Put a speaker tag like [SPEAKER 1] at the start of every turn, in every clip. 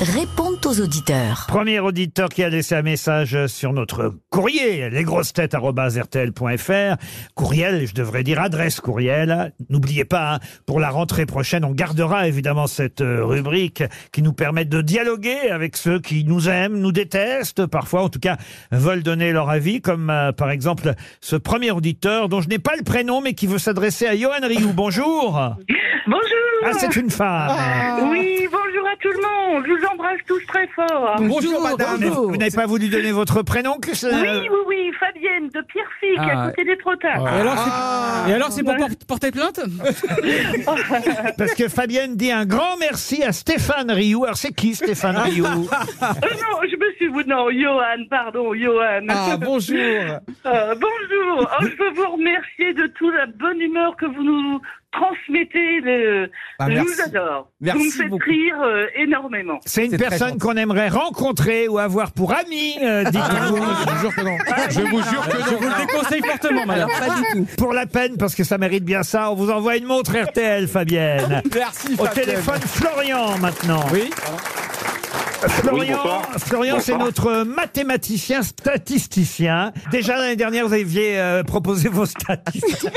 [SPEAKER 1] répondent aux auditeurs.
[SPEAKER 2] Premier auditeur qui a laissé un message sur notre courrier, lesgrossetêtes.rtl.fr. Courriel, je devrais dire adresse courriel. N'oubliez pas, hein, pour la rentrée prochaine, on gardera évidemment cette euh, rubrique qui nous permet de dialoguer avec ceux qui nous aiment, nous détestent, parfois en tout cas veulent donner leur avis, comme euh, par exemple ce premier auditeur dont je n'ai pas le prénom mais qui veut s'adresser à Johan Rioux. Bonjour
[SPEAKER 3] Bonjour
[SPEAKER 2] Ah, c'est une femme
[SPEAKER 3] Ah.
[SPEAKER 4] Ah.
[SPEAKER 3] Oui, bonjour à tout le monde. Je vous embrasse tous très
[SPEAKER 4] Ah,
[SPEAKER 3] fort.
[SPEAKER 4] Euh.
[SPEAKER 2] Bonjour, madame. Vous n'avez pas voulu donner votre prénom que ça-
[SPEAKER 3] Oui, oui, oui, Fabienne de Piercy, qui
[SPEAKER 4] Ah,
[SPEAKER 3] est à côté des Trotards.
[SPEAKER 4] Et alors, c'est- et alors, c'est pour por- porter plainte
[SPEAKER 2] Parce que Fabienne dit un grand merci à Stéphane Rioux. Alors c'est qui Stéphane Rioux
[SPEAKER 3] Euh, non, je me suis... Non, Johan, pardon, Johan.
[SPEAKER 4] Ah. bonjour
[SPEAKER 3] Euh, bonjour. Oh, je veux vous remercier de toute la bonne humeur que vous nous transmettez. Le...
[SPEAKER 4] Ah,
[SPEAKER 3] je
[SPEAKER 4] merci.
[SPEAKER 3] vous adore.
[SPEAKER 4] Merci
[SPEAKER 3] vous me faites
[SPEAKER 4] beaucoup.
[SPEAKER 3] rire euh, énormément.
[SPEAKER 2] C'est une
[SPEAKER 4] C'est très
[SPEAKER 2] personne
[SPEAKER 4] gentil.
[SPEAKER 2] qu'on aimerait rencontrer ou avoir pour ami, euh, dites-vous.
[SPEAKER 4] Ah, Je vous jure que non.
[SPEAKER 5] Je vous jure que
[SPEAKER 4] Je vous le déconseille fortement, madame.
[SPEAKER 2] Pour la peine, parce que ça mérite bien ça, on vous envoie une montre RTL, Fabienne.
[SPEAKER 4] Merci,
[SPEAKER 2] Au
[SPEAKER 4] Fabienne.
[SPEAKER 2] téléphone, Florian maintenant.
[SPEAKER 4] Oh, Oui
[SPEAKER 2] Florian,
[SPEAKER 5] bonsoir.
[SPEAKER 2] Florian c'est notre mathématicien statisticien. Déjà l'année dernière, vous aviez euh, proposé vos statistiques.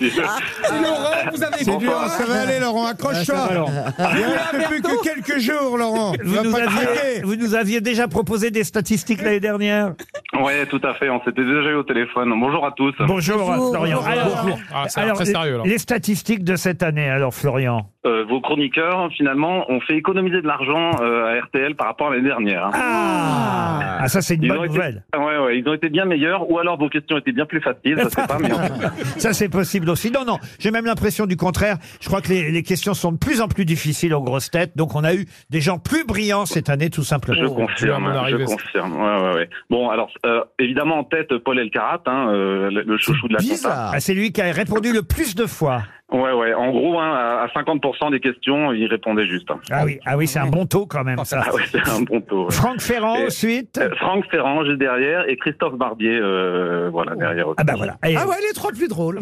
[SPEAKER 4] Laurent, vous avez
[SPEAKER 5] C'est dur,
[SPEAKER 6] Ça va aller, Laurent,
[SPEAKER 2] Ah,
[SPEAKER 6] accroche-toi. Il ne reste plus que quelques jours, Laurent. Tu
[SPEAKER 2] Vous
[SPEAKER 6] vas
[SPEAKER 2] nous,
[SPEAKER 6] pas te
[SPEAKER 2] aviez,
[SPEAKER 6] craquer.
[SPEAKER 2] vous nous aviez déjà proposé des statistiques l'année dernière.
[SPEAKER 7] Ouais, tout à fait. On s'était déjà eu au téléphone. Bonjour à tous.
[SPEAKER 2] Bonjour, Florian. Alors,
[SPEAKER 5] Ah, ça a l'air
[SPEAKER 2] alors,
[SPEAKER 5] très sérieux, là.
[SPEAKER 2] les statistiques de cette année, alors Florian.
[SPEAKER 7] Euh, vos chroniqueurs, finalement, ont fait économiser de l'argent euh, à RTL par rapport à l'année dernière. hein.
[SPEAKER 2] Ah, ça c'est une
[SPEAKER 7] Ils ont
[SPEAKER 2] bonne
[SPEAKER 7] été-
[SPEAKER 2] nouvelle.
[SPEAKER 7] Ah ouais, ouais, ils ont été bien meilleurs, ou alors vos questions étaient bien plus faciles, ça c'est pas, mais en tout cas,
[SPEAKER 2] Ça c'est possible aussi. Non, non, j'ai même l'impression du contraire. Je crois que les, les questions sont de plus en plus difficiles aux grosses têtes. Donc on a eu des gens plus brillants cette année, tout
[SPEAKER 7] je
[SPEAKER 2] simplement.
[SPEAKER 7] confirme,
[SPEAKER 5] tu vas m'en
[SPEAKER 7] je
[SPEAKER 5] arriver, ça.
[SPEAKER 7] confirme. Ouais, ouais, ouais. Bon, alors, euh, évidemment, en tête, Paul Elkarat, hein, euh, le- le chouchou de la compta.
[SPEAKER 2] Ah, c'est lui qui a répondu le plus de fois.
[SPEAKER 7] Ouais, ouais, en gros, hein, à- à 50% des questions, il répondait juste. hein.
[SPEAKER 2] Ah oui, ah oui, c'est un bon taux quand même ça.
[SPEAKER 7] Ah ouais, c'est un bon taux. ouais.
[SPEAKER 2] Franck Ferrand
[SPEAKER 7] Et-
[SPEAKER 2] ensuite.
[SPEAKER 7] Euh, Franck Ferrand, juste derrière, et Christophe Barbier, euh, voilà, derrière.
[SPEAKER 2] Ah bah voilà. Et- Ah
[SPEAKER 6] ouais, les trois plus drôles.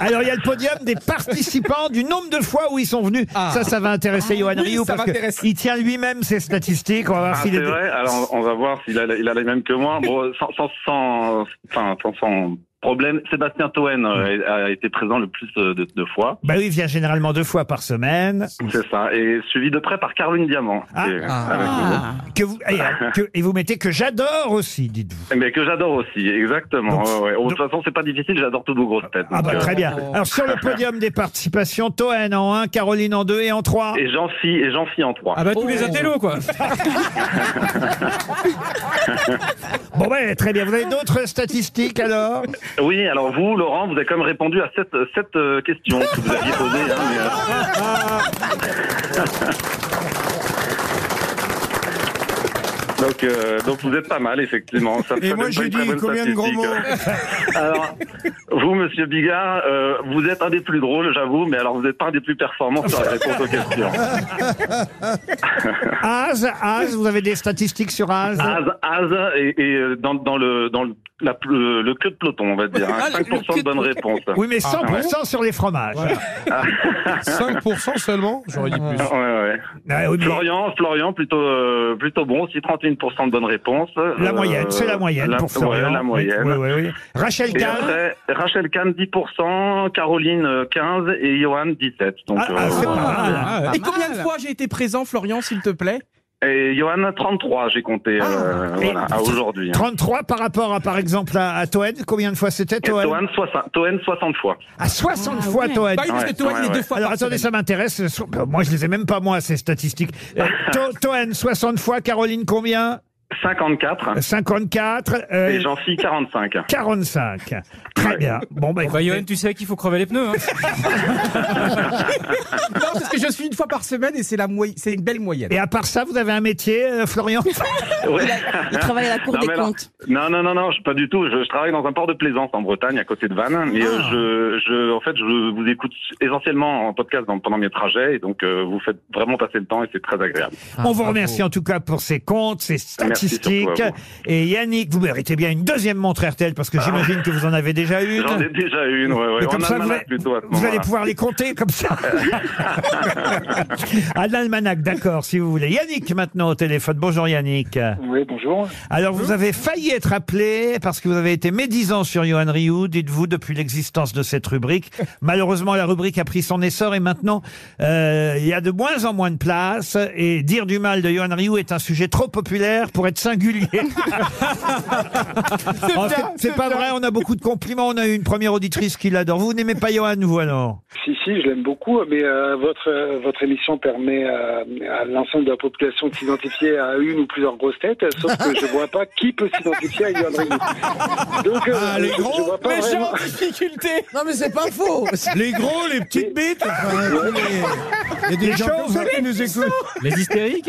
[SPEAKER 2] Alors il y a le podium des participants du nombre de fois où ils sont venus.
[SPEAKER 4] Ah.
[SPEAKER 2] Ça, ça va intéresser Johan
[SPEAKER 4] Oui,
[SPEAKER 2] Rioux
[SPEAKER 4] ça
[SPEAKER 2] parce
[SPEAKER 4] va
[SPEAKER 2] que
[SPEAKER 4] intéresser.
[SPEAKER 2] il tient lui-même ses statistiques. On va voir
[SPEAKER 7] Ah,
[SPEAKER 2] s'il
[SPEAKER 7] c'est
[SPEAKER 2] est.
[SPEAKER 7] vrai. Alors, on va voir s'il a, il a les mêmes que moi. Bon, sans, sans, sans, enfin, sans, sans problème, Sébastien Toen euh, a été présent le plus euh, de, de fois.
[SPEAKER 2] Bah oui, il vient généralement deux fois par semaine.
[SPEAKER 7] C'est ça. Et suivi de près par Caroline Diamant.
[SPEAKER 2] Ah.
[SPEAKER 7] qui est avec
[SPEAKER 2] Que vous, et, euh, que- et vous mettez que j'adore aussi, dites-vous.
[SPEAKER 7] nous. Mais que j'adore aussi, exactement.
[SPEAKER 2] Donc-
[SPEAKER 7] ouais, ouais. Oh, De
[SPEAKER 2] donc-
[SPEAKER 7] toute façon, c'est pas difficile, j'adore toutes vos grosses têtes.
[SPEAKER 2] Ah
[SPEAKER 7] donc,
[SPEAKER 2] bah
[SPEAKER 7] euh,
[SPEAKER 2] très bien. Alors sur le podium des participations, Toen en 1, Caroline en 2 et en 3.
[SPEAKER 7] Et Oh. j'en suis, et j'en suis en trois.
[SPEAKER 4] Ah bah, tous les intellos, quoi
[SPEAKER 2] Bon bah très bien. Vous avez d'autres statistiques alors
[SPEAKER 7] Oui, alors vous, Laurent, vous avez quand même répondu à cette, cette euh, question que vous aviez posée. hein, mais, euh, Donc, euh, donc vous êtes pas mal effectivement. Ça me
[SPEAKER 6] Et
[SPEAKER 7] fait
[SPEAKER 6] moi,
[SPEAKER 7] même
[SPEAKER 6] j'ai
[SPEAKER 7] pas une très
[SPEAKER 6] dit
[SPEAKER 7] bonne
[SPEAKER 6] combien de gros mots
[SPEAKER 7] statistique, ouais. Alors vous Monsieur Bigard, euh, vous êtes un des plus drôles, j'avoue, mais alors vous n'êtes pas un des plus performants sur les réponses aux questions.
[SPEAKER 2] Az, Az, vous avez des statistiques sur Az
[SPEAKER 7] Az, Az et, et, euh, dans, dans le dans le, la- le, le queue de peloton, on va dire, hein.
[SPEAKER 4] Ah, le- le
[SPEAKER 7] 5%
[SPEAKER 4] queue
[SPEAKER 7] de
[SPEAKER 4] de
[SPEAKER 7] bonnes
[SPEAKER 4] peloton.
[SPEAKER 7] réponses.
[SPEAKER 2] Oui mais
[SPEAKER 7] Ah,
[SPEAKER 2] 100% sur les fromages.
[SPEAKER 5] non. 5% seulement J'aurais dit plus.
[SPEAKER 7] Ouais, ouais.
[SPEAKER 2] Ah oui, mais-
[SPEAKER 7] Florian, Florian, plutôt, euh, plutôt bon aussi, 31% de bonnes réponses.
[SPEAKER 2] La
[SPEAKER 7] Euh,
[SPEAKER 2] moyenne, c'est la moyenne pour Florian.
[SPEAKER 7] ouais, la moyenne.
[SPEAKER 2] Oui, oui, oui. Rachel
[SPEAKER 7] Et
[SPEAKER 2] Kahn.
[SPEAKER 7] après, Rachel Kahn, 10%, Caroline, euh, 15% et Johan, 17%. Donc,
[SPEAKER 2] Ah, ah, c'est
[SPEAKER 7] euh,
[SPEAKER 2] pas mal.
[SPEAKER 4] Et combien de fois j'ai été présent, Florian, s'il te plaît
[SPEAKER 7] euh, et Johan, 33, j'ai compté euh,
[SPEAKER 2] Ah, Et-
[SPEAKER 7] voilà, à aujourd'hui. hein.
[SPEAKER 2] 33 par rapport à, par exemple, à, à Toen. Combien de fois c'était
[SPEAKER 7] Et
[SPEAKER 2] Toen
[SPEAKER 7] Toen, 60, Toen, 60 fois.
[SPEAKER 2] À 60 fois Toen.
[SPEAKER 4] Bah oui, parce que
[SPEAKER 7] Ouais,
[SPEAKER 4] toi, il est
[SPEAKER 7] ouais,
[SPEAKER 4] deux
[SPEAKER 7] ouais.
[SPEAKER 4] fois
[SPEAKER 2] Alors
[SPEAKER 4] par
[SPEAKER 2] attendez, ça
[SPEAKER 4] semaine.
[SPEAKER 2] m'intéresse. Euh, so- Moi, je les ai même pas moi ces statistiques. Euh, To- Toen 60 fois, Caroline combien
[SPEAKER 7] 54
[SPEAKER 2] 54. euh,
[SPEAKER 7] et j'en suis 45.
[SPEAKER 2] 45. Très bien. Bon bah,
[SPEAKER 4] Bah,
[SPEAKER 2] écoutez,
[SPEAKER 4] Johan, tu sais qu'il faut crever les pneus, hein Non, parce que je suis une fois par semaine et c'est la moy- c'est une belle moyenne.
[SPEAKER 2] et à part ça, vous avez un métier, euh, Florian
[SPEAKER 7] Ouais.
[SPEAKER 8] Il travaille à la Cour
[SPEAKER 7] Non,
[SPEAKER 8] des
[SPEAKER 7] mais alors-
[SPEAKER 8] comptes.
[SPEAKER 7] Non, non, non, non, je- pas du tout. Je, je travaille dans un port de plaisance en Bretagne, à côté de Vannes. Mais
[SPEAKER 2] Ah.
[SPEAKER 7] euh, je, je, en fait, je vous écoute essentiellement en podcast dans- pendant mes trajets. Et donc, euh, vous faites vraiment passer le temps et c'est très agréable.
[SPEAKER 2] On vous remercie en tout cas pour ces comptes, ces statistiques.
[SPEAKER 7] Merci
[SPEAKER 2] artistique.
[SPEAKER 7] surtout à vous. Ah.
[SPEAKER 2] Et Yannick, vous méritez bien une deuxième montre RTL parce que j'imagine que vous en avez déjà une.
[SPEAKER 7] J'en ai déjà une, ouais, ouais.
[SPEAKER 2] Mais
[SPEAKER 7] On
[SPEAKER 2] comme
[SPEAKER 7] a
[SPEAKER 2] ça,
[SPEAKER 7] le
[SPEAKER 2] vous,
[SPEAKER 7] malade
[SPEAKER 2] allez-
[SPEAKER 7] plutôt à ce
[SPEAKER 2] vous allez
[SPEAKER 7] moment-là.
[SPEAKER 2] pouvoir les compter comme ça. Un almanach, d'accord, si vous voulez. Yannick, maintenant au téléphone. Bonjour Yannick.
[SPEAKER 9] Oui, bonjour.
[SPEAKER 2] Alors, vous avez failli être appelé parce que vous avez été médisant sur Johan Rioux, dites-vous, depuis l'existence de cette rubrique. Malheureusement, la rubrique a pris son essor et maintenant, euh, il y a de moins en moins de place. Et dire du mal de Johan Rioux est un sujet trop populaire pour être singulier. En fait, C'est pas vrai, on a beaucoup de compliments. On a eu une première auditrice qui l'adore. Vous n'aimez pas Johan, vous alors
[SPEAKER 9] Si, si, je l'aime beaucoup, mais euh, votre, euh, votre émission permet euh, à l'ensemble de la population de s'identifier à une ou plusieurs grosses têtes, euh, sauf que je vois pas qui peut s'identifier à Yann Ryu. Donc, euh,
[SPEAKER 6] Ah, les
[SPEAKER 9] je, je
[SPEAKER 6] gros,
[SPEAKER 9] vois pas vraiment.
[SPEAKER 4] difficulté
[SPEAKER 8] Non, mais c'est pas faux.
[SPEAKER 6] Les gros, les petites bites. enfin, les- Il y a des gens comme ça qui nous écoutent.
[SPEAKER 5] Les hystériques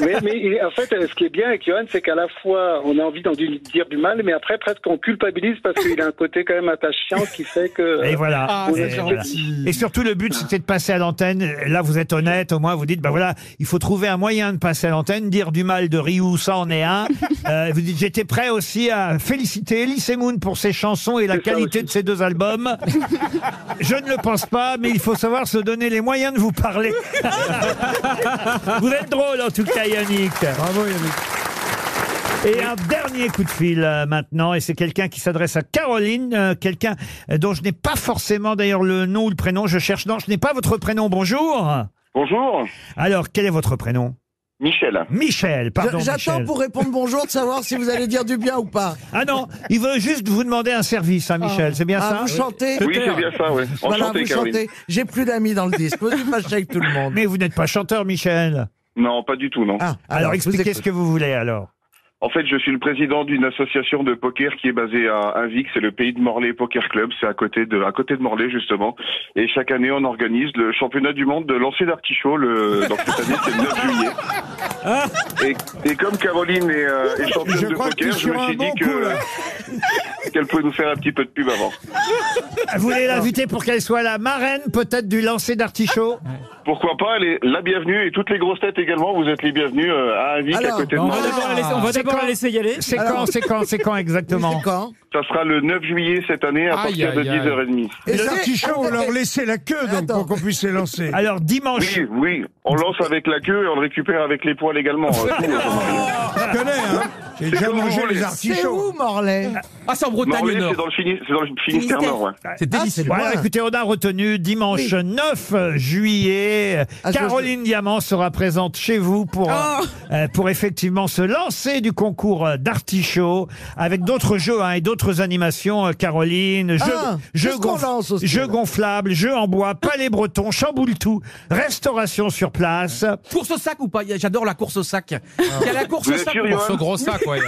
[SPEAKER 9] Mais, mais il- en fait, euh, ce qui est bien avec Johan, c'est qu'à la fois, on a envie d'en du- dire du mal, mais après, presque, on culpabilise parce qu'il a un côté quand même attachant qui fait que. euh,
[SPEAKER 2] Et voilà.
[SPEAKER 4] Ah,
[SPEAKER 9] on
[SPEAKER 2] Et
[SPEAKER 9] est
[SPEAKER 4] c'est
[SPEAKER 2] voilà.
[SPEAKER 4] gentil.
[SPEAKER 2] Et surtout, le but, c'était de passer à l'antenne. Là, vous êtes honnête, au moins, vous dites, bah voilà, il faut trouver un moyen de passer à l'antenne, dire du mal de Ryu, ça en est un. Euh, vous dites, j'étais prêt aussi à féliciter Elise Moon pour ses chansons et la
[SPEAKER 9] C'est ça
[SPEAKER 2] qualité
[SPEAKER 9] aussi.
[SPEAKER 2] de ses deux albums. Je ne le pense pas, mais il faut savoir se donner les moyens de vous parler. vous êtes drôle, en tout cas, Yannick.
[SPEAKER 6] Bravo, Yannick.
[SPEAKER 2] Et un dernier coup de fil euh, maintenant, et c'est quelqu'un qui s'adresse à Caroline, euh, quelqu'un euh, dont je n'ai pas forcément d'ailleurs le nom ou le prénom, je cherche, non, je n'ai pas votre prénom, bonjour
[SPEAKER 7] Bonjour,
[SPEAKER 2] Alors, quel est votre prénom
[SPEAKER 7] Michel.
[SPEAKER 2] Michel, pardon
[SPEAKER 8] Je- J'attends
[SPEAKER 2] Michel.
[SPEAKER 8] pour répondre bonjour de savoir si vous allez dire du bien ou pas.
[SPEAKER 2] Ah non, il veut juste vous demander un service, hein, Michel, c'est bien
[SPEAKER 8] Ah,
[SPEAKER 2] ça
[SPEAKER 8] vous chantez
[SPEAKER 7] Oui, c'est bien ça, oui.
[SPEAKER 8] Voilà,
[SPEAKER 7] Enchanté,
[SPEAKER 8] vous
[SPEAKER 7] Caroline.
[SPEAKER 8] chantez. J'ai plus d'amis dans le disque. Vous êtes fâché avec tout le monde.
[SPEAKER 2] Mais vous n'êtes pas chanteur, Michel.
[SPEAKER 7] Non, pas du tout, non.
[SPEAKER 8] Ah,
[SPEAKER 2] Alors,
[SPEAKER 8] je vous
[SPEAKER 2] expliquez
[SPEAKER 8] écoute.
[SPEAKER 2] ce que vous voulez alors.
[SPEAKER 7] En fait, je suis le président d'une association de poker qui est basée à Invic, c'est le pays de Morlaix Poker Club, c'est à côté de à côté de Morlaix justement. Et chaque année, on organise le championnat du monde de lancer d'artichaut. Le donc cette année, c'est le 9 juillet. Et, et comme Caroline est, euh, est championne
[SPEAKER 6] Ah. Je
[SPEAKER 7] de
[SPEAKER 6] crois que tu es
[SPEAKER 7] poker, je me
[SPEAKER 6] sur un
[SPEAKER 7] suis
[SPEAKER 6] bon
[SPEAKER 7] dit
[SPEAKER 6] coup, là.
[SPEAKER 7] que qu'elle pouvait nous faire un petit peu de pub avant.
[SPEAKER 2] Vous voulez l'inviter pour qu'elle soit la marraine peut-être du lancer d'artichaut
[SPEAKER 8] Ah.
[SPEAKER 7] Pourquoi pas Elle est la bienvenue et toutes les grosses têtes également. Vous êtes les bienvenus euh, à Invic, à
[SPEAKER 8] Alors,
[SPEAKER 7] côté de
[SPEAKER 8] on
[SPEAKER 7] Morlaix.
[SPEAKER 8] d'abord la laisser- on va
[SPEAKER 2] d'abord la
[SPEAKER 5] laisser y aller.
[SPEAKER 2] C'est
[SPEAKER 8] Alors-
[SPEAKER 2] quand, c'est quand, c'est quand exactement
[SPEAKER 8] C'est quand
[SPEAKER 7] Ça sera le 9 juillet cette année à
[SPEAKER 5] Aïe,
[SPEAKER 7] partir de
[SPEAKER 5] aïe, aïe.
[SPEAKER 7] 10h30.
[SPEAKER 8] Et
[SPEAKER 6] Les
[SPEAKER 8] c'est-
[SPEAKER 6] artichauts, on leur laissait la queue donc,
[SPEAKER 8] Attends.
[SPEAKER 6] pour qu'on puisse les lancer.
[SPEAKER 2] Alors, dimanche,
[SPEAKER 7] Oui, oui, on lance avec la queue et on le récupère avec les poils également. Euh, tout, euh,
[SPEAKER 6] Je connais, hein. J'ai déjà
[SPEAKER 7] comme vous
[SPEAKER 6] mangé
[SPEAKER 7] voulez.
[SPEAKER 6] les
[SPEAKER 8] C'est
[SPEAKER 6] artichauts.
[SPEAKER 8] où, Morlaix
[SPEAKER 4] Ah, c'est en Bretagne
[SPEAKER 7] Morlaix,
[SPEAKER 4] Nord.
[SPEAKER 7] c'est dans le, Fini- c'est dans le Finistère Nord, ouais.
[SPEAKER 5] C'est délicieux.
[SPEAKER 8] Ah,
[SPEAKER 2] Voilà,
[SPEAKER 8] Loin.
[SPEAKER 2] écoutez, on a retenu dimanche 9 juillet.
[SPEAKER 8] Ah, je- Oh.
[SPEAKER 2] Caroline Diamant sera présente chez vous pour, euh, euh, pour effectivement se lancer du concours euh, d'artichaut avec d'autres jeux hein, et d'autres animations. euh, Caroline, jeux,
[SPEAKER 8] Ah,
[SPEAKER 2] jeux
[SPEAKER 8] qu'est-ce qu'on lance aussi,
[SPEAKER 2] jeux
[SPEAKER 8] là
[SPEAKER 2] gonflables, jeux en bois, palais breton, chamboule tout, restauration sur place.
[SPEAKER 4] Course au sac ou pas J'adore la course au sac. Il y a la course
[SPEAKER 7] Vous
[SPEAKER 4] au
[SPEAKER 7] êtes
[SPEAKER 4] sac.
[SPEAKER 7] sûr, Johan
[SPEAKER 5] Ce gros sac, ouais.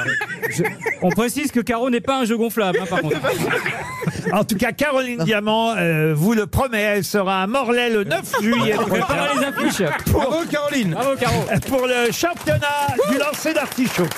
[SPEAKER 10] On précise que Caro n'est pas un jeu gonflable, hein, par contre.
[SPEAKER 2] En tout cas, Caroline Diamant euh, vous le promet, elle sera à Morlaix le 9 juillet prochain
[SPEAKER 10] Préparez les affiches.
[SPEAKER 5] Bravo, Caroline
[SPEAKER 10] Bravo, Caro.
[SPEAKER 2] pour le championnat du lancer d'artichaut.